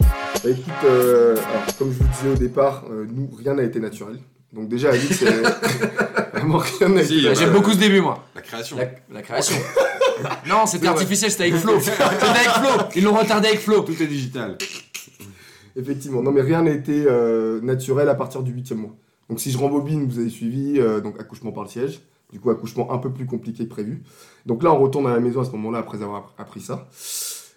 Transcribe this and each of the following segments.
Bah, écoute, euh, alors, comme je vous disais au départ, euh, nous, rien n'a été naturel. Donc déjà, Alix, euh, vraiment rien n'a Si, été euh, naturel. Bah, J'aime beaucoup ce début, moi. La création. La, la création. non, c'était Oui, ouais. artificiel, c'était avec Flo. C'était avec Flo. Ils l'ont retardé avec Flo. Tout est digital. Effectivement, non mais rien n'a été euh, naturel à partir du huitième mois. Donc si je rembobine, vous avez suivi, euh, donc accouchement par le siège, du coup accouchement un peu plus compliqué que prévu. Donc là on retourne à la maison à ce moment-là après avoir app- appris ça.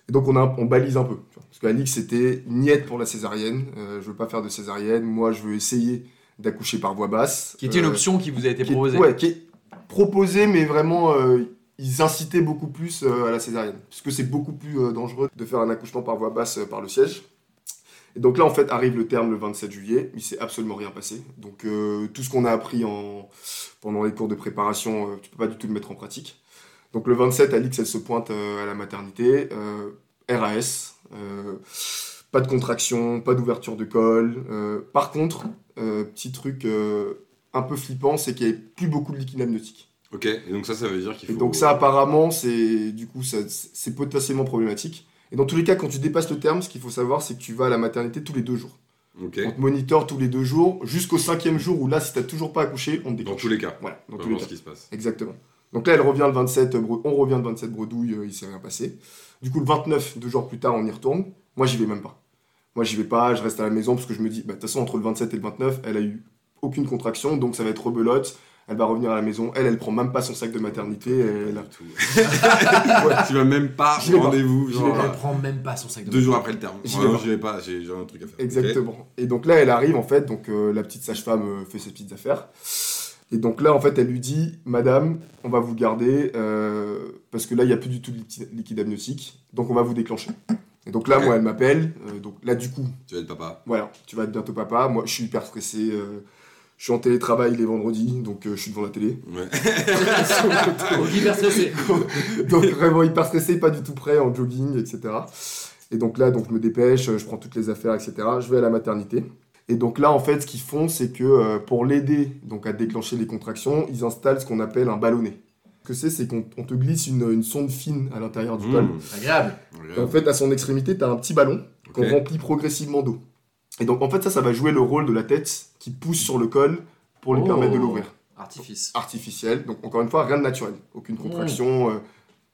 Et donc on, a, un- on balise un peu. tu vois. Parce qu'Alix c'était niette pour la césarienne, euh, je veux pas faire de césarienne, moi je veux essayer d'accoucher par voie basse. Qui était une Euh, option qui vous a été qui est- proposée. ouais, qui est proposée, mais vraiment, euh, ils incitaient beaucoup plus euh, à la césarienne. Parce que c'est beaucoup plus euh, dangereux de faire un accouchement par voie basse euh, par le siège. Et donc là, en fait, arrive le terme le 27 juillet. Il s'est absolument rien passé. Donc euh, tout ce qu'on a appris en... pendant les cours de préparation, euh, tu peux pas du tout le mettre en pratique. Donc le 27, Alix, elle se pointe euh, à la maternité. euh, RAS. euh, pas de contraction, pas d'ouverture de col. Euh, par contre, euh, petit truc euh, un peu flippant, c'est qu'il n'y avait plus beaucoup de liquide amniotique. Ok, et donc ça, ça veut dire qu'il Et faut. donc ça, apparemment, c'est du coup, ça- c'est potentiellement problématique. Et dans tous les cas, quand tu dépasses le terme, ce qu'il faut savoir, c'est que tu vas à la maternité tous les deux jours. Ok. On te monitore tous les deux jours, jusqu'au cinquième jour où là, si t'as toujours pas accouché, on te Dans déclenche. tous les cas. Voilà, dans tous les Vraiment cas. ce qui se passe. Exactement. Donc là, elle revient le 27, euh, bre- on revient le 27 bredouille, euh, il s'est rien passé. Du coup, le 29, deux jours plus tard, on y retourne. Moi, j'y vais même pas. Moi, j'y vais pas, je reste à la maison parce que je me dis, bah, de toute façon, entre le 27 et le 29, elle a eu aucune contraction, donc ça va être rebelote. Elle va revenir à la maison. Elle, elle prend même pas son sac de maternité. Elle... Pas du tout. Tu vas même pas J'y euh, vais pas. rendez-vous. J'y genre, euh, vais pas. Elle prend même pas son sac de Deux jours après le terme. J'y Ouais, vais non, pas. J'y vais pas, j'ai j'ai un truc à faire. Exactement. Et donc là, elle arrive en fait, donc euh, la petite sage-femme euh, fait ses petites affaires. Et donc là, en fait, elle lui dit, Madame, on va vous garder euh, parce que là, il n'y a plus du tout de liqui- liquide amniotique, donc on va vous déclencher. Et donc là, Ok. moi, elle m'appelle. euh, donc là, du coup, Ok, Tu vas être papa. voilà, tu vas être bientôt papa. Moi, je suis hyper stressé. euh, je suis en télétravail les vendredis, donc euh, je suis devant la télé. Ouais. Donc hyper stressé. donc vraiment hyper stressé, pas du tout prêt en jogging, etc. Et donc là, donc je me dépêche, je prends toutes les affaires, etc. Je vais à la maternité. Et donc là, en fait, ce qu'ils font, c'est que euh, pour l'aider donc à déclencher les contractions, ils installent ce qu'on appelle un ballonnet. Ce que c'est, c'est qu'on on te glisse une, une sonde fine à l'intérieur du ballon. Mmh. Agréable. Et En Regarde. fait, à son extrémité, tu as un petit ballon qu'on Ok. remplit progressivement d'eau. Et donc, en fait, ça, ça va jouer le rôle de la tête qui pousse sur le col pour lui Oh. permettre de l'ouvrir. Artifice. Artificiel, donc encore une fois, rien de naturel, aucune contraction. euh.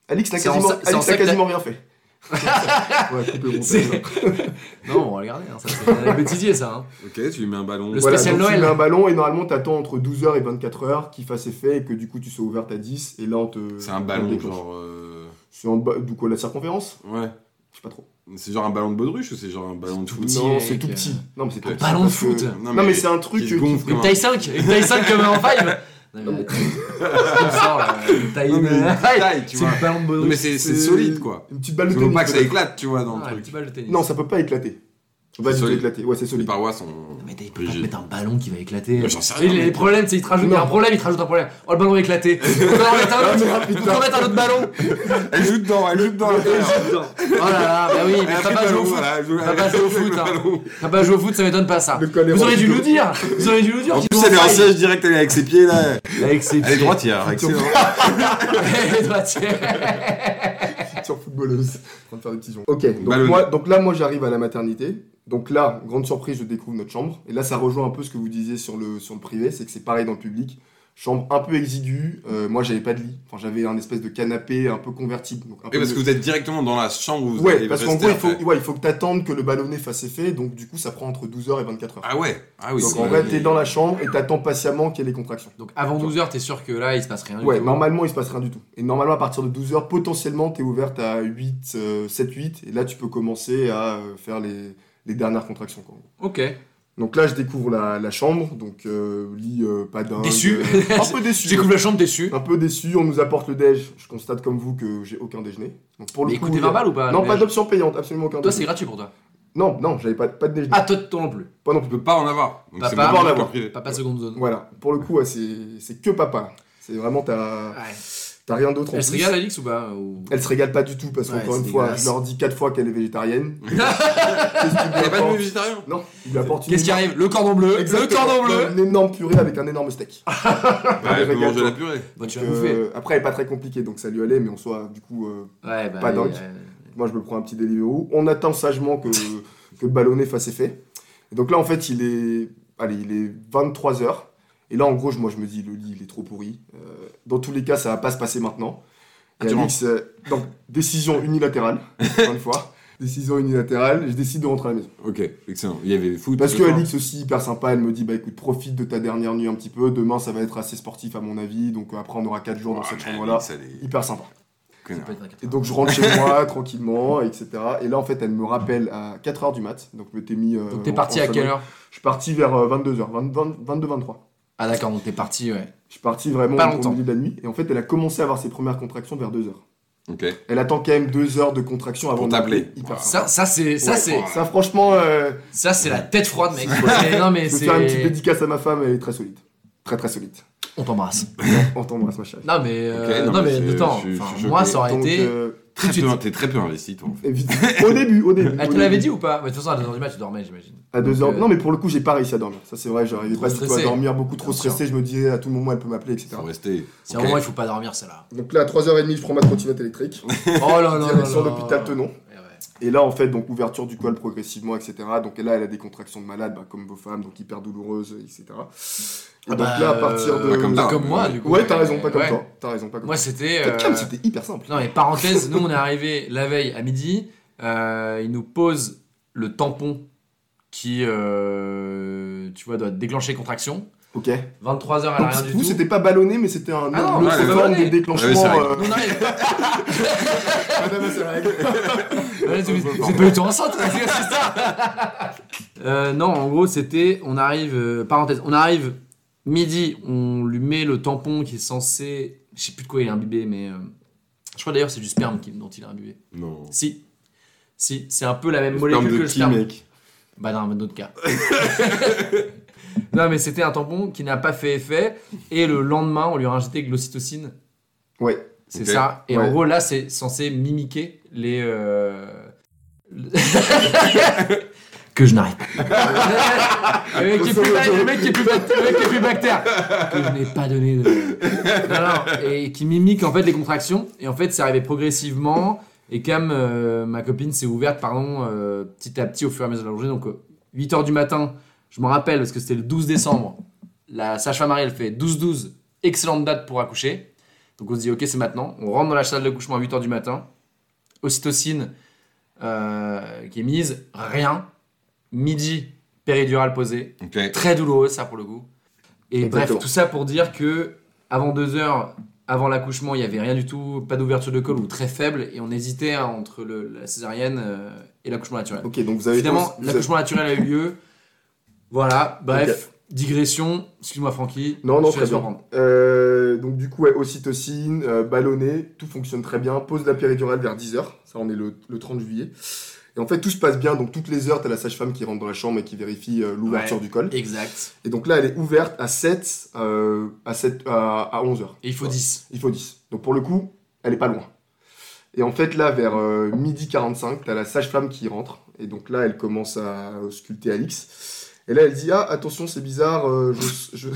Alix n'a C'est en quasiment, ça- c'est en Alix n'a ça que quasiment rien fait. ouais, coupez le montage, C'est- là. Non, on va regarder. Hein, ça, c'est un bêtisier, ça. hein. Ok, tu lui mets un ballon. Le Voilà, spécial donc tu Noël. mets un ballon et normalement t'attends entre 12h et 24h qu'il fasse effet et que du coup tu sois ouverte à 10 et là on te. C'est un on te ballon, déclenche. genre. euh, C'est en bas- du coup la circonférence Ouais. Je sais pas trop. C'est genre un ballon de baudruche ou c'est genre un ballon de tout foot petit, non, mec, c'est tout euh, petit. Non, mais c'est tout un petit ballon de parce que- foot. Non, mais, c'est un truc. qui se euh, qui- gonfle Une comme un. taille 5. Une taille 5 comme en 5. Non, mais attends. On sort, là, Une taille. Non, mais une taille, tu C'est vois. le ballon de Non, Baudruche. mais c'est c'est solide quoi. Une petite balle de Je veux tennis. pas que ça peut-être. éclate, tu vois, dans Ah, le un truc. petit balle de tennis. Non, ça peut pas éclater. Ça va C'est du tout solide. éclater. Ouais, c'est Les solide. parois sont. Non, Mais t'as- il peut pas te rigides. mettre un ballon qui va éclater. Mais j'en sais Et rien, les, mais- les problèmes, c'est qu'ils te rajoutent il y a un Non. problème, ils te rajoutent un problème. Oh, le ballon va éclater. Faut en mettre un Ah, autre. Faut en mettre un autre ballon. Elle joue dedans, elle joue dedans. Elle joue dedans. Oh là là, bah oui, mais t'as pas joué au foot. T'as pas joué au foot, hein. T'as pas joué au foot, ça m'étonne pas ça. Le col est Vous auriez dû rendu nous dire. Vous auriez dû nous dire. En qu'ils plus, ont elle est en failli. siège direct, elle est avec ses pieds là. Avec ses Elle est pieds. droitière, excellent. Elle est droitière. sur footballeuse. En train de faire des petits jeux. Ok, donc, Ballonné. moi, donc là, moi, j'arrive à la maternité. Donc là, grande surprise, je découvre notre chambre. Et là, ça rejoint un peu ce que vous disiez sur le, sur le privé, c'est que c'est pareil dans le public. Chambre un peu exiguë. Euh, moi, j'avais pas de lit. Enfin, j'avais un espèce de canapé un peu convertible. donc un Et peu parce mieux. que vous êtes directement dans la chambre où vous Ouais, allez parce qu'en rester gros, il faut, après. ouais, il faut que t'attendes que le ballonnet fasse effet. Donc, du coup, ça prend entre 12h et 24h. Ah ouais, ah oui. donc, c'est en vrai. vrai, t'es dans la chambre et t'attends patiemment qu'il y ait les contractions. Donc avant 12h, t'es sûr que là, il se passe rien. du Ouais, tout. normalement il se passe rien du tout. Et normalement à partir de 12h, potentiellement t'es ouverte à 8, euh, 7, 8, et là tu peux commencer à euh, faire les, les dernières contractions. Quoi. Ok. Donc là je découvre la, la chambre, donc euh, lit euh, pas dingue. Déçu. euh, un peu déçu. Tu découvres la chambre déçu. Un peu déçu, on nous apporte le déj. Je constate comme vous que j'ai aucun déjeuner. Donc pour Mais le coup, écoutez il y a- 20 balles ou pas Non, le pas déj d'option payante, absolument aucun Toi, c'est déjeuner. gratuit pour toi. Non, non, j'avais pas, pas de déjeuner. Ah, toi, toi non plus. Pas non On plus. peut pas en avoir. Donc Papa. c'est Pas beaucoup en plus avoir. privé. Papa seconde zone. Voilà, pour le coup, ouais, c'est c'est que papa. C'est vraiment, t'as Ouais. t'as rien d'autre en Elle se plus. régale, Alix, ou pas ou- Elle se régale pas du tout parce Ouais, qu'encore c'est une fois, dégueulasse. je leur dis quatre fois qu'elle est végétarienne. Qu'est-ce qu'il Il y lui a pas de apporte menu végétarien. Non, il lui apporte une Qu'est-ce qui arrive Le cordon bleu. Exactement, Le cordon bleu. Une énorme purée avec un énorme steak. Bah, elle peut régale, manger toi. la purée. Bon, tu vas Euh, bouffer. après, elle est pas très compliquée, donc ça lui allait, mais en soit, du coup, euh, Ouais, bah. pas oui, dingue. euh, moi je me prends un petit Deliveroo. On attend sagement que, que ballonné face effet. Et donc là, en fait, il est, allez, il est 23h. Et là, en gros, je- moi, je me dis, le lit, il est trop pourri. Euh, dans tous les cas, ça va pas se passer maintenant. Et tu Alix, euh, donc, décision unilatérale, encore une fois. Décision unilatérale, je décide de rentrer à la maison. Ok, excellent. Il y avait foot. Parce ce que soir. Alix aussi, hyper sympa, elle me dit, bah écoute, profite de ta dernière nuit un petit peu. Demain, ça va être assez sportif, à mon avis. Donc euh, après, on aura 4 jours dans Ah, cette mais chambre-là. Alix, elle est Hyper sympa. connard. Et donc je rentre chez moi tranquillement, etc. Et là en fait elle me rappelle à 4h du mat. Donc je m'étais mis... euh, Donc t'es en- parti en à sommeil. quelle heure Je suis parti vers euh, 22h, 22-23. Ah d'accord, donc t'es parti, ouais. Je suis parti vraiment Pas au longtemps. milieu de la nuit. Et en fait elle a commencé à avoir ses premières contractions vers 2h. Ok. Elle attend quand même 2 heures de contractions avant Pour de m'appeler. t'appeler. Hyper Voilà. sympa. Ça, ça c'est, ça Ouais, c'est, Ça franchement, euh, ça c'est la tête froide, mec. Mais non mais je vais faire une petite c'est. dédicace à ma femme, elle est très solide. Très très solide. On t'embrasse. On t'embrasse ma chérie. Non mais, euh, Ok, non, non mais mais, c'est- attends. je suis- je Enfin, suis moi choqué. ça aurait Donc, été. euh, Tout de Très suite. peu- T'es très peu investi, toi. en fait. évidemment- au début, au début. Elle au te début. l'avait Ah, dit ou pas Ouais, De toute façon, à 2h du matin, tu dormais, j'imagine. À deux heures. euh, Non, mais pour le coup, j'ai pas réussi à dormir. Ça, c'est vrai, j'arrivais Trop pas du tout à stressé. dormir, beaucoup trop Bien sûr. stressé. Je me disais à tout moment, elle peut m'appeler, etc. Faut rester. C'est Ok. un moment, il faut pas dormir, celle-là. Donc là, à 3h30, je prends ma trottinette électrique. Oh là là là. direction là. Eh l'hôpital Tenon. Ouais, ouais. Et là, en fait, donc ouverture du col progressivement, etc. Donc là, elle a des contractions de malade, bah, comme vos femmes, donc hyper douloureuses, etc. Et Ah donc bah, là, à partir de. pas comme Pas toi. comme moi, Ouais. du coup. Ouais, t'as raison, pas comme Ouais. toi. T'as raison, pas comme Moi, c'était. toi. euh, Calme, c'était hyper simple. Non, mais parenthèse, nous, on est arrivé la veille à midi. euh, ils nous posent le tampon qui, euh, tu vois, doit déclencher contraction. Ok. 23h, elle a Donc, rien Ah, du vous, tout. c'était pas ballonné, mais c'était un Ah non, une ouais, autre ouais, forme ouais. de Ouais, déclenchement. c'est vrai. euh, Non, non, elle- Ah bah, madame, c'est vrai. Ouais, tu- Vous êtes pas du tout enceinte, c'est ça Euh, Non, en gros, c'était. On arrive. euh, parenthèse, on arrive midi, on lui met le tampon qui est censé. Je sais plus de quoi il est imbibé, mais. euh, je crois d'ailleurs c'est du sperme qui- dont il est imbibé. Non. Si. Si, c'est un peu la même Le sperme molécule que de le qui, sperme. mec Bah non, mais d'autres cas. non, mais c'était un tampon qui n'a pas fait effet. Et le lendemain, on lui a injecté de l'ocytocine. Ouais. C'est Ok. ça. Et en Ouais. gros, là, c'est censé mimiquer les. euh, que je n'arrive pas. le, mec qui est plus, ba- le mec qui est plus bac- le mec qui est plus bactère. Que je n'ai pas donné de. Non, non. Et qui mimique en fait les contractions. Et en fait, c'est arrivé progressivement. Et Cam, euh, ma copine, s'est ouverte, pardon, euh, petit à petit au fur et à mesure de la journée. Donc, 8h du matin, je m'en rappelle parce que c'était le 12 décembre. La sage-femme Ariel fait 12-12, excellente date pour accoucher. Donc, on se dit, ok, c'est maintenant. On rentre dans la salle d'accouchement à 8h du matin. Ocytocine euh, qui est mise, rien. Midi, péridurale posée. Ok. Très douloureux, ça, pour le coup. Et Exactement. bref, tout ça pour dire que avant deux heures, avant l'accouchement, il n'y avait rien du tout, pas d'ouverture de col ou très faible, et on hésitait hein, entre le- la césarienne euh, et l'accouchement naturel. Ok, donc vous avez. Évidemment, vous avez- l'accouchement naturel a eu lieu. Voilà, bref, digression. Excuse-moi, Francky. Non, non, je te très laisse bien. reprendre. Euh, donc du coup, ouais, ocytocine, euh, ballonné, tout fonctionne très bien. Pose de la péridurale vers 10h, ça on est le, le 30 juillet. Et en fait, tout se passe bien, donc toutes les heures, t'as la sage-femme qui rentre dans la chambre et qui vérifie euh, l'ouverture Ouais. du col. Exact. Et donc là, elle est ouverte à 7, euh, à, 7 à, 11h. Et il faut 10. Il faut 10. Donc pour le coup, elle est pas loin. Et en fait, là, vers euh, midi 45, t'as la sage-femme qui rentre. Et donc là, elle commence à ausculter Alix. Et là, elle dit Ah, attention, c'est bizarre. euh, je- je-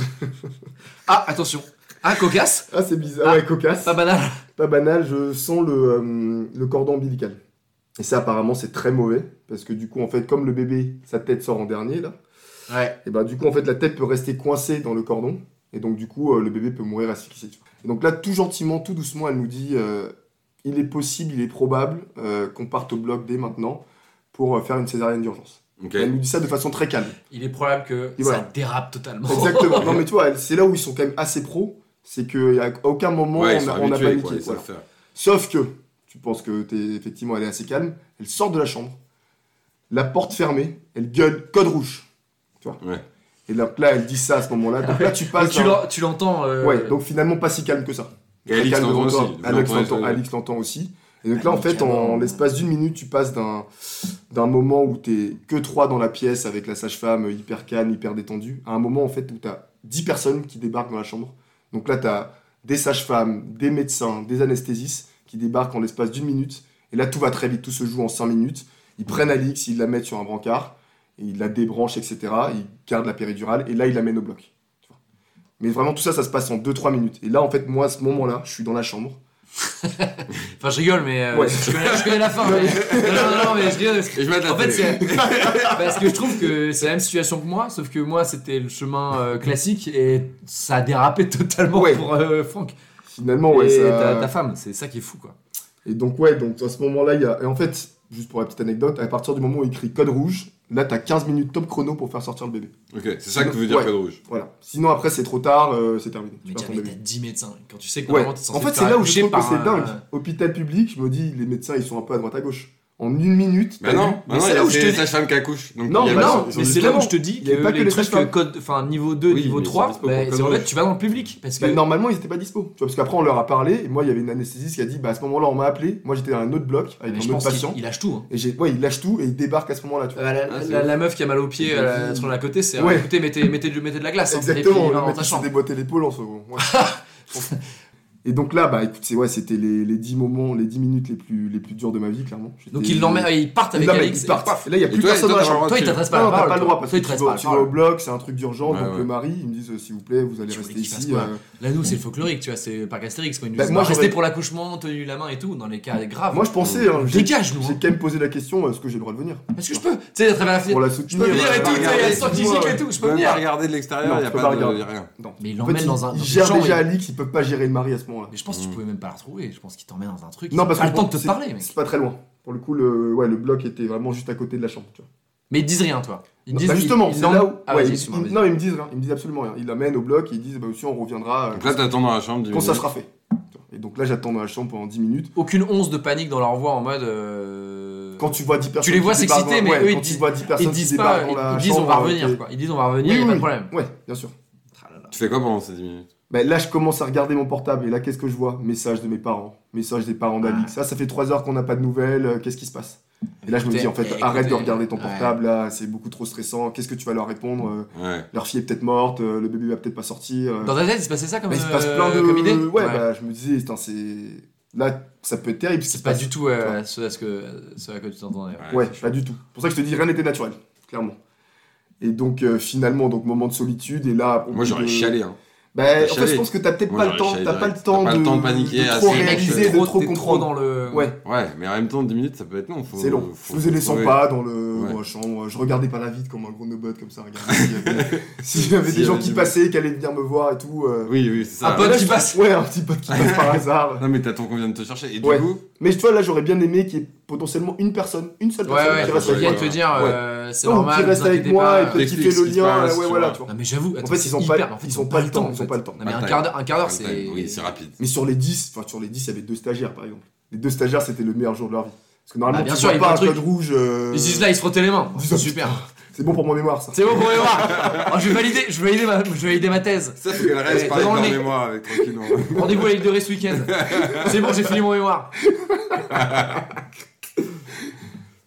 Ah, attention. Ah, cocasse Ah, c'est bizarre. Ah, ouais, cocasse. Pas banal. pas banal, je sens le, euh, le cordon ombilical. Et ça, apparemment, c'est très mauvais, parce que du coup, en fait, comme le bébé, sa tête sort en dernier, là, Ouais. et ben du coup, en fait, la tête peut rester coincée dans le cordon, et donc, du coup, euh, le bébé peut mourir asphyxié. tu vois. Et donc là, tout gentiment, tout doucement, elle nous dit euh, il est possible, il est probable euh, qu'on parte au bloc dès maintenant pour euh, faire une césarienne d'urgence. Ok. Et Elle nous dit ça de façon très calme. Il est probable que Et ça voilà. dérape totalement. Exactement. non, mais tu vois, elle- c'est là où ils sont quand même assez pros, c'est qu'à aucun moment, Ouais, ils on sont a- on n'a habitués, paniqué. quoi, ils savent voilà. faire. Sauf que, tu penses que t'es effectivement elle est assez calme, elle sort de la chambre, la porte fermée, elle gueule code rouge. Tu vois Ouais. Et donc là, elle dit ça à ce moment-là. Donc là, tu passes. Donc, tu d'un- l'en- tu l'entends. euh, Ouais, donc finalement, pas si calme que ça. Et Très Alix calme devant l'entend aussi. toi. Vous Alex l'entendez, l'entend- ça, Alix l'entend aussi. Et donc là, en Bah, fait, en nickel. l'espace d'une minute, tu passes d'un d'un moment où t'es que trois dans la pièce avec la sage-femme hyper calme, hyper détendue, à un moment en fait où t'as 10 personnes qui débarquent dans la chambre. Donc là, t'as des sages-femmes, des médecins, des anesthésistes qui débarquent en l'espace d'une minute. Et là, tout va très vite, tout se joue en 5 minutes. Ils prennent Alix, ils la mettent sur un brancard, et ils la débranchent, etc. Ils gardent la péridurale, et là, ils la mènent au bloc. Tu vois. Mais vraiment, tout ça, ça se passe en 2-3 minutes. Et là, en fait, moi, à ce moment-là, je suis dans la chambre. Enfin, je rigole, mais euh, Ouais. je, connais, je connais la fin. mais- Non, non, non, mais je rigole parce que- Et je mate la En fait, télé. c'est parce que je trouve que c'est la même situation que moi, sauf que moi, c'était le chemin euh, classique et ça a dérapé totalement Ouais. pour euh, Franck Finalement, ouais. et ça- ta, ta femme. C'est ça qui est fou, quoi. Et donc, ouais, donc à ce moment-là, il y a. Et en fait, juste pour la petite anecdote, à partir du moment où il écrit code rouge, là, t'as 15 minutes top chrono pour faire sortir le bébé. Ok, c'est ça que tu veux dire Ouais. code rouge. Voilà. Sinon, après, c'est trop tard, euh, c'est terminé. Tu Mais perds ton t'avais bébé. 10 médecins. Quand tu sais que Ouais. normalement, t'es censé En fait, te faire c'est là où je accoucher trouve que par c'est un- dingue. Hôpital public, je me dis, les médecins, ils sont un peu à droite à gauche. En une minute, Bah t'as non, vu- bah mais non, c'est il y là a où je te ces dis- sages-femmes qui accouchent. donc Non, il y a bah pas- non, ils ont mais du c'est là temps. où je te dis Il y avait que pas que les les trucs euh, sages-femmes. code, enfin niveau 2, Oui, niveau mais ils 3, sont dispo pour bah, code c'est en fait rouge. tu vas dans le public parce que Bah, normalement, ils n'étaient pas dispo. Tu vois, parce qu'après, on leur a parlé, et moi, il y avait une anesthésiste qui a dit, bah, à ce moment-là, on m'a appelé. Moi, j'étais dans un autre bloc, mais avec je un autre pense patient. qu'il il lâche tout. hein. Et j'ai, ouais, il lâche tout, et il débarque à ce moment-là, tu vois. Euh, la, Ah, c'est la- ouf. la meuf qui a mal au pied Il a euh, dit- sur la côté, c'est Ouais. écoutez, mettez, mettez, de- mettez de la glace. hein, Exactement, et puis, le va dans mec ta qui s'est chambre. déboîté l'épaule en second. Ouais. Et donc là, bah écoute, c'est ouais, c'était les, les 10 moments, les 10 minutes les plus, les plus dures de ma vie, clairement. J'étais- Donc ils l'emmènent, ils partent Ils avec l'emmènent, Alix. ils et partent. paf. Et là, il n'y a plus Et toi, personne toi, dans la t'as le chambre. droit Toi, de- il t'adresse pas Non, la t'as parole. pas le toi. droit parce Toi, que il tu vas, t'adresse pas tu la vas au parole. bloc, c'est un truc d'urgence, Ouais, donc ouais. le mari, il me dit euh, s'il vous plaît, vous allez Tu rester voulais qu'il fasse ici. quoi euh, Là, nous, c'est le folklorique, tu vois, c'est par Astérix quand ils nous Bah, disent moi, bah, restez j'aurais- pour l'accouchement, tenu la main et tout, dans les cas graves. Moi, je pensais, hein, j'ai Dégage-nous, j'ai hein. quand même posé la question, est-ce que j'ai le droit de venir Est-ce que je peux Tu sais, à travers la Pour fenêtre. la Je soutenir. peux venir euh, et tout, tu sais, il y a le sang qui dis-moi. gicle et tout, je peux Même pas venir. regarder de l'extérieur, Non, il n'y a tu peux pas pas de- regarder. y a rien. Non. Mais il En fait, l'emmène dans un. il dans une gère chambre, déjà il- Alix, ils peuvent pas gérer le mari à ce moment-là. Mais je pense que tu Mm. pouvais même pas la retrouver. Je pense qu'il t'emmène dans un truc. Non, parce pas que le temps de te c'est- parler, mec. C'est pas très loin. Pour le coup, le, ouais, le bloc était vraiment juste à côté de la chambre. Tu vois. Mais ils disent rien, toi. Ils Non, disent bah justement, ils- ils c'est l'emmènent- là où. Ah, ouais, vas-y, ils- excuse-moi, ils- vas-y. non, ils me disent rien. Ils me disent absolument rien. Ils l'amènent au bloc et ils disent bah aussi on reviendra euh, Donc là, t'attends dans la chambre. dix quand ça minutes. sera fait. Tu vois. Et donc là, j'attends dans la chambre pendant 10 minutes. Aucune once de panique dans leur voix en mode. euh, Quand tu vois 10 personnes. les qui vois débarquent s'exciter, dans- mais ouais, eux, ils quand tu disent- vois 10 personnes Ils qui disent pas, débarquent dans ils, la ils disent on va chambre, euh, revenir, t'es- quoi. Ils disent on va revenir, Oui, y a pas oui. de problème. Ouais, bien sûr. Ah là là. Tu fais quoi pendant ces 10 minutes Bah, là, je commence à regarder mon portable et là, qu'est-ce que je vois Message de mes parents, message des parents d'Alix. Ah. Ah, Ça, ça fait 3 heures qu'on n'a pas de nouvelles. euh, Qu'est-ce qui se passe Et là, je me dis en fait, Écoutez, arrête de écoutez, regarder ton ouais. portable. Là, c'est beaucoup trop stressant. Qu'est-ce que tu vas leur répondre euh, Ouais. Leur fille est peut-être morte. euh, Le bébé va peut-être pas sortir. euh. Dans ta tête, il se passait ça comme, Bah, il se passe euh, plein de comme idée Ouais, bah, je me disais, putain, c'est. Là, ça peut être terrible. ce qui C'est se pas passe. du tout euh, ce, à ce, que, ce à quoi tu t'entendais. Ouais, pas du tout. Pour ça que je te dis, rien n'était naturel, clairement. Et donc, euh, finalement, donc moment de solitude, et là. on Moi, peut- j'aurais chialé. hein. Bah, en T'as fait, je chialé. pense que t'as peut-être Moi, pas le j'aurais temps, chialé t'as pas le direct. temps de, T'as pas le temps de paniquer, de ah, trop c'est- réaliser, de trop dans comprendre. le. Ouais, Ouais, mais en même temps, 10 minutes, ça peut être long. Faut, c'est long. faut- je faisais faut les 100 trouver. pas dans, le, Ouais. dans la chambre, je regardais par la vitre comme un gros nobot comme ça, regarde. S'il y avait, s'il y avait S'il des y gens avait qui du- passaient, qui allaient venir me voir et tout. euh. Oui, oui, c'est Un ça. pote Là, qui je- passe. Ouais, un petit pote qui passe par hasard. Non, mais t'attends qu'on vienne te chercher. Et du Ouais. coup, Mais tu vois, là, j'aurais bien aimé qu'il y ait potentiellement une personne, une seule Ouais, personne ouais, qui quand reste ils avec vient moi. viennent moi. te dire euh, c'est Ou normal. qui vous reste avec inquiétez moi pas. et peut-être qui fait T'expliques le ce qui se lien. passe, Ouais, tu voilà, vois. tu vois. Non, mais j'avoue, En attends, fait, c'est ils ont hyper- pas, en fait, ils ont pas le temps, ils ont en pas fait. le temps. Non, mais Pas un de quart time. d'heure- un quart d'heure, Prime time. c'est. Oui, c'est rapide. Mais sur les 10, enfin sur les 10, il y avait deux stagiaires par exemple. Les deux stagiaires, c'était le meilleur jour de leur vie. Parce que normalement, Bah, bien tu sûr, vois il y a pas un un code truc. rouge. euh, Ils se disent là, ils se frottaient les mains. Ils disent, Super. C'est bon pour mon mémoire ça. C'est bon pour les voir. Oh, je vais valider, je vais valider ma, je vais valider ma thèse. ça, faut qu'elle Eh, reste par devant le les nez. mémoire avec tranquillement. Rendez-vous à l'île de Ré ce week-end. C'est bon, j'ai fini mon mémoire.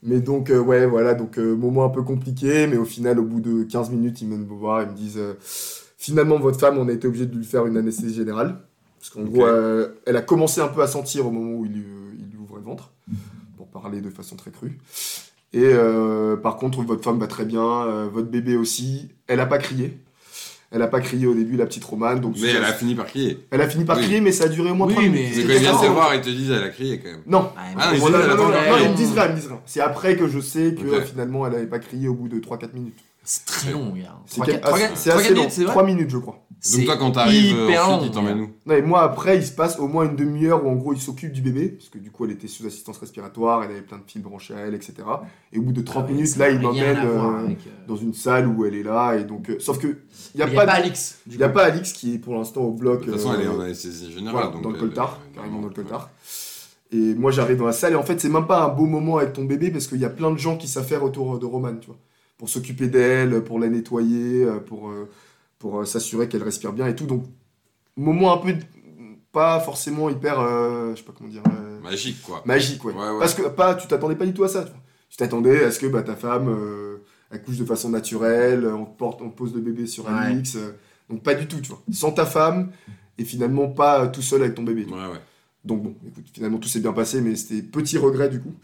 Mais donc, euh, ouais, voilà, donc euh, moment un peu compliqué, mais au final, au bout de 15 minutes, ils viennent me voir, ils me disent euh, finalement, votre femme, on a été obligé de lui faire une anesthésie générale. Parce qu'en Ok. gros, euh, elle a commencé un peu à sentir au moment où il lui, euh, il lui ouvrait le ventre, pour parler de façon très crue. Et euh, par contre, votre femme va très bien, euh, votre bébé aussi. Elle a pas crié. Elle a pas crié au début, la petite Romane. Donc Mais elle a fini par crier. Elle a fini par Oui. crier, mais ça a duré au moins Oui, 3 mais- minutes. Mais C'est quand ils viennent ça. te voir, ils te disent, elle a crié quand même. Non, Ah, mais non, c'est non, ça, non, non, attends, non, elle- ils me disent rien, ils me disent rien. C'est après que je sais que Ok. finalement elle avait pas crié au bout de 3-4 minutes. C'est très long, gars. C'est 3, quel- 4, ah, 3, c'est assez long, minutes, c'est vrai 3 minutes je crois. C'est Donc toi, quand t'arrives, hyper euh, long, ensuite, ils t'emmènent gars. où Non, et moi après il se passe au moins une demi-heure où en gros il s'occupe du bébé, parce que du coup elle était sous assistance respiratoire, elle avait plein de fils branchés à elle, etc. Et au bout de 30 Ah ouais, minutes ça là n'a il rien m'emmène à voir euh, avec, euh, dans une salle où elle est là, et donc... euh, sauf que il n'y a, Il pas de- Alix. du y a coup. pas Alix qui est pour l'instant au De bloc. toute façon, euh, elle est en anesthésie Voilà, générale. donc euh, dans le elle- coltard, elle- carrément dans le coltard. Et moi j'arrive dans la salle et en fait c'est même pas un beau moment avec ton bébé parce qu'il y a plein de gens qui s'affairent autour euh, de Romane, tu vois. Pour s'occuper d'elle, euh, pour la nettoyer, euh, pour, euh, pour euh, s'assurer qu'elle respire bien et tout. Donc moment un peu d- pas forcément hyper, euh, je sais pas comment dire, euh, Magique, quoi. magique ouais. Ouais, ouais. Parce que pas, tu t'attendais pas du tout à ça, tu vois. Tu t'attendais à ce que bah, ta femme euh, accouche de façon naturelle, euh, on te porte, on te pose le bébé sur Ouais. un X. euh, donc pas du tout, tu vois. Sans ta femme et finalement pas euh, tout seul avec ton bébé. tu vois. Ouais, ouais. Donc bon, écoute, finalement tout s'est bien passé, mais c'était petit regret du coup.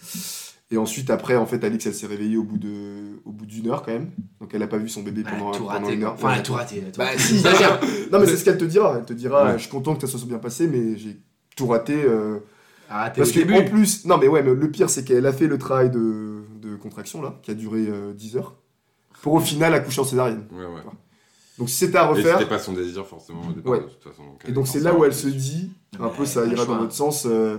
Et ensuite, après, en fait, Alix, elle s'est réveillée au bout de, au bout d'une heure quand même. Donc elle n'a pas vu son bébé Bah, pendant, tout pendant raté. une quoi. heure. Enfin, Ouais. elle a tout raté. elle a tout Bah raté. si, C'est-à-dire, non mais c'est ce qu'elle te dira. Elle te dira, Ouais. je suis content que ça soit bien passé, mais j'ai tout raté. euh, Ah, t'es au parce que en début. plus, non mais ouais, mais le pire c'est qu'elle a fait le travail de, de contraction là, qui a duré euh, 10 heures, pour au final accoucher en césarienne. Ouais, ouais. Donc si c'était à Et refaire, c'était pas son désir forcément au départ, Ouais. de toute façon. et elle donc est c'est là où elle se forcément- dit, un Ouais, peu ça pas le ira dans choix. l'autre sens, euh,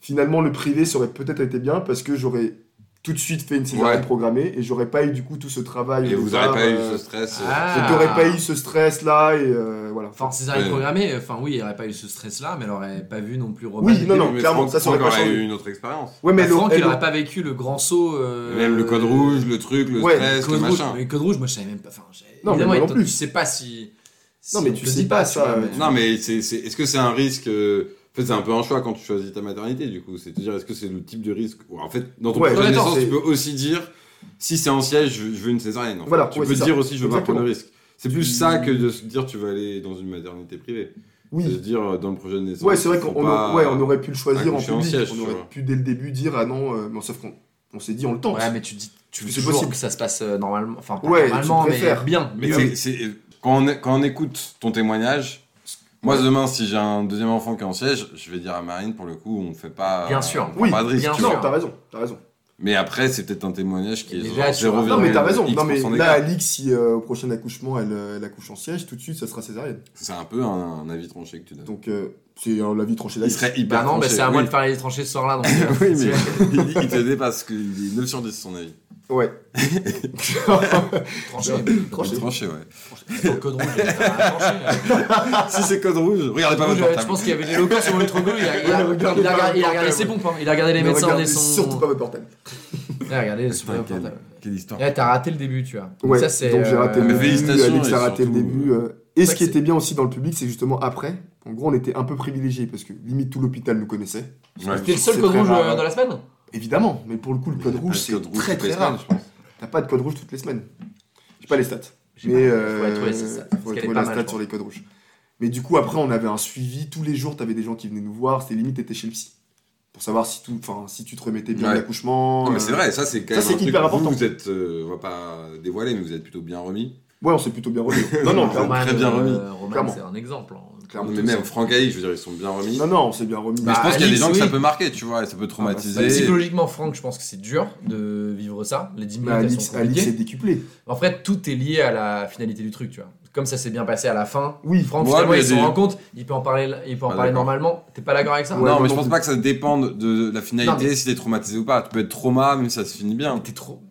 finalement le privé ça aurait peut-être été bien parce que j'aurais tout de suite fait une césarienne Ouais. programmée et j'aurais pas eu du coup tout ce travail. Et au vous départ, aurez pas eu euh, ce stress. euh, Ah. Et t'aurais pas eu ce stress là et euh, voilà. Enfin, César est Ouais. programmé, enfin oui, il aurait pas eu ce stress-là, mais elle aurait pas vu non plus Robin. Oui, non, mais non, Franck- clairement, ça, ça aurait Franck pas aurait changé. eu une autre expérience. Ouais, mais mais elle- Franck, elle- il aurait pas vécu le grand saut. euh, Même le code rouge, le truc, le ouais, Le stress, Euh, le code rouge. machin. Mais le code rouge, moi je savais même pas. Enfin, j'ai- Non, mais évidemment, moi non étant- plus. tu sais pas si. si Non, mais on tu te sais dit pas, tu ça, vois, euh, mais- Non, mais c'est, c'est- est-ce que c'est un risque euh, En fait, c'est un peu un choix quand tu choisis ta maternité, du coup. C'est-à-dire, est-ce que c'est le type de risque ou En fait, dans ton Ouais, projet de attends, naissance, c'est- tu peux aussi dire si c'est en siège, je, je veux une césarienne. en fait. Voilà, tu ouais, peux c'est dire ça. aussi, je veux pas Exactement. prendre de risque. C'est plus Tu- ça que de se dire, tu vas aller dans une maternité privée. Oui. C'est-à-dire, dans le projet de naissance. Ouais, c'est vrai faut qu'on pas- on- ouais, on aurait pu le choisir en accoucher en public. siège, on tu aurait vois. pu dès le début dire ah non, euh, bon, sauf qu'on on s'est dit on le tente. Ouais, mais tu dis, tu veux C'est toujours possible. que ça se passe euh, normalement. Enfin, pas Ouais, tu normalement, mais préfères. bien. Mais mieux. c'est- c'est- quand, on, quand on écoute ton témoignage, moi demain, si j'ai un deuxième enfant qui est en siège, je vais dire à Marine, pour le coup, on fait pas, Bien sûr. on prend Oui, pas de risque. bien tu sûr. vois. Non, t'as raison, t'as raison. Mais après, c'est peut-être un témoignage qui est Déjà, genre tu vois. 0,1 Non, mais t'as raison. X% Non, mais là, d'écart. Alix, si euh, au prochain accouchement elle, euh, elle accouche en siège, tout de suite ça sera césarienne. C'est un peu un, un avis tranché que tu donnes. Donc euh, c'est euh, la vie tranchée Il d'Alix. serait hyper Bah non, bah, tranché, c'est à moi oui. de faire les tranchées ce soir-là. donc, euh, Oui, c'est- mais il, il te dépasse, que il est 9 sur 10 son avis. Ouais. Tranché. Tranché. Il est Tranché, ouais. Dans le code rouge, il y a un tranché. si c'est code rouge, regardez pas Moi, votre je, je portable. pense qu'il y avait des locaux sur le Trogo, il a, il Ouais, a- il a- regardez il a pas regardé- il a le regardé portable. ses pompes, hein. il a regardé les Ne médecins et regardez son. surtout pas votre portable. Il a regardé son Putain, quel- portable. Quelle histoire. Ouais, t'as raté le début, tu vois. Ouais, Ça, c'est, donc j'ai raté euh, le Mais début, félicitations, Alix et a raté le surtout, début. euh, et ouais, ce qui c'est- était bien aussi dans le public, c'est que justement après, en gros, on était un peu privilégiés parce que limite tout l'hôpital nous connaissait. Ouais. T'es le seul C'est code très rouge rare, euh, hein. dans la semaine Évidemment, mais pour le coup, le Il code y a rouge, pas de c'est code rouge très toutes les très semaines, rare. je pense. T'as pas de code rouge toutes les semaines. J'ai pas les stats. J'ai Mais pas- euh, faudrait trouver ces stats, parce faut qu'elle est trouver pas la mal, stat je sur les codes rouges. Mais du coup, après, on avait un suivi. Tous les jours, t'avais des gens qui venaient nous voir. C'était limite, t'étais chez le psy. Pour savoir si, tout, enfin, si tu te remettais bien Ouais. de l'accouchement. Non, mais euh, c'est vrai, ça c'est quand Ça, même c'est un truc hyper que vous, important. Vous êtes, euh, on va pas dévoiler, mais vous êtes plutôt bien remis. euh, Ouais, on s'est plutôt bien remis. non, non, clairement. très bien euh, remis. Roman, Clairement. c'est un exemple. hein. Clairement, mais tout même Franck Aïe, je veux dire, ils sont bien remis. Non, Ah, non, on s'est bien remis. mais je Bah, pense qu'il y a des Alix, gens que ça oui. peut marquer, tu vois, et ça peut Bah, traumatiser. psychologiquement, Franck, je pense que c'est dur de vivre ça. Les 10 mais minutes, elles Alix, sont Alix est compliquées. décuplée. En fait, tout est lié à la finalité du truc, tu vois. Comme ça s'est bien passé à la fin, Oui, Franck, Ouais, finalement, mais il s'en des- rend compte, il peut en parler, il peut en Ah, parler d'accord. normalement. T'es pas d'accord avec ça Ouais, moi non, mais je non pense plus. pas que ça dépende de la Non, finalité, mais- si t'es traumatisé ou pas. Tu peux être trauma, même si ça se finit bien. Mais T'es trop.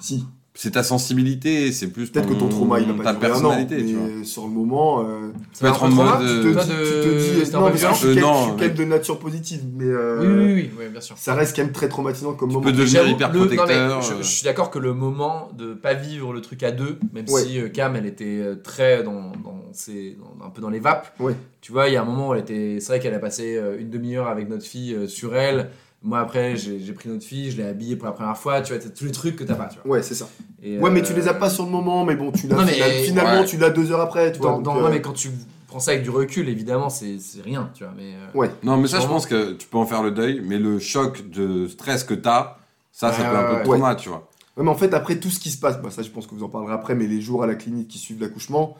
Si. C'est ta sensibilité, c'est plus Peut-être que ton trauma, il a pas Mmh, duré ta un an. personnalité, tu vois. Mais sur le moment. euh, Ça va être un en trauma, tu mode, tu te te euh, toi, dis- de- tu te dis. c'était un peu Non, mais violent. je suis Euh, quelqu'un- non, je suis mais- quelqu'un de nature positive. Mais. Oui, euh, oui, oui, oui, bien sûr. Ça reste quand même très traumatisant comme Tu moment. peux devenir J'avoue, hyper le- non, mais protecteur. euh. je, je suis d'accord que le moment de pas vivre le truc à deux, même Ouais. si euh, Cam elle était euh, très dans, dans ses- dans- un peu dans les vapes. Ouais. Tu vois, il y a un moment où elle était, c'est vrai qu'elle a passé euh, une demi-heure avec notre fille euh, sur elle. Moi après j'ai j'ai pris notre fille, je l'ai habillée pour la première fois. Tu vois, t'as tous les trucs que t'as pas. Tu vois. Ouais, c'est ça. Et, Ouais, mais euh, tu les as pas sur le moment, mais bon, tu Non, l'as mais- fina- finalement, Ouais. tu l'as deux heures après, tu vois. dans- donc, dans- euh, non, mais quand tu prends ça avec du recul, évidemment c'est c'est rien. Tu vois, mais euh, Ouais. Non, mais ça, je Sûrement. pense que tu peux en faire le deuil, mais le choc de stress que t'as, ça, ça Ouais, peut un peu ouais, de trauma, tu vois. ouais, mais en fait, après tout ce qui se passe, bah, ça, je pense que vous en parlerez après, mais les jours à la clinique qui suivent l'accouchement,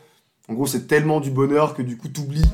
en gros, c'est tellement du bonheur que du coup, t'oublies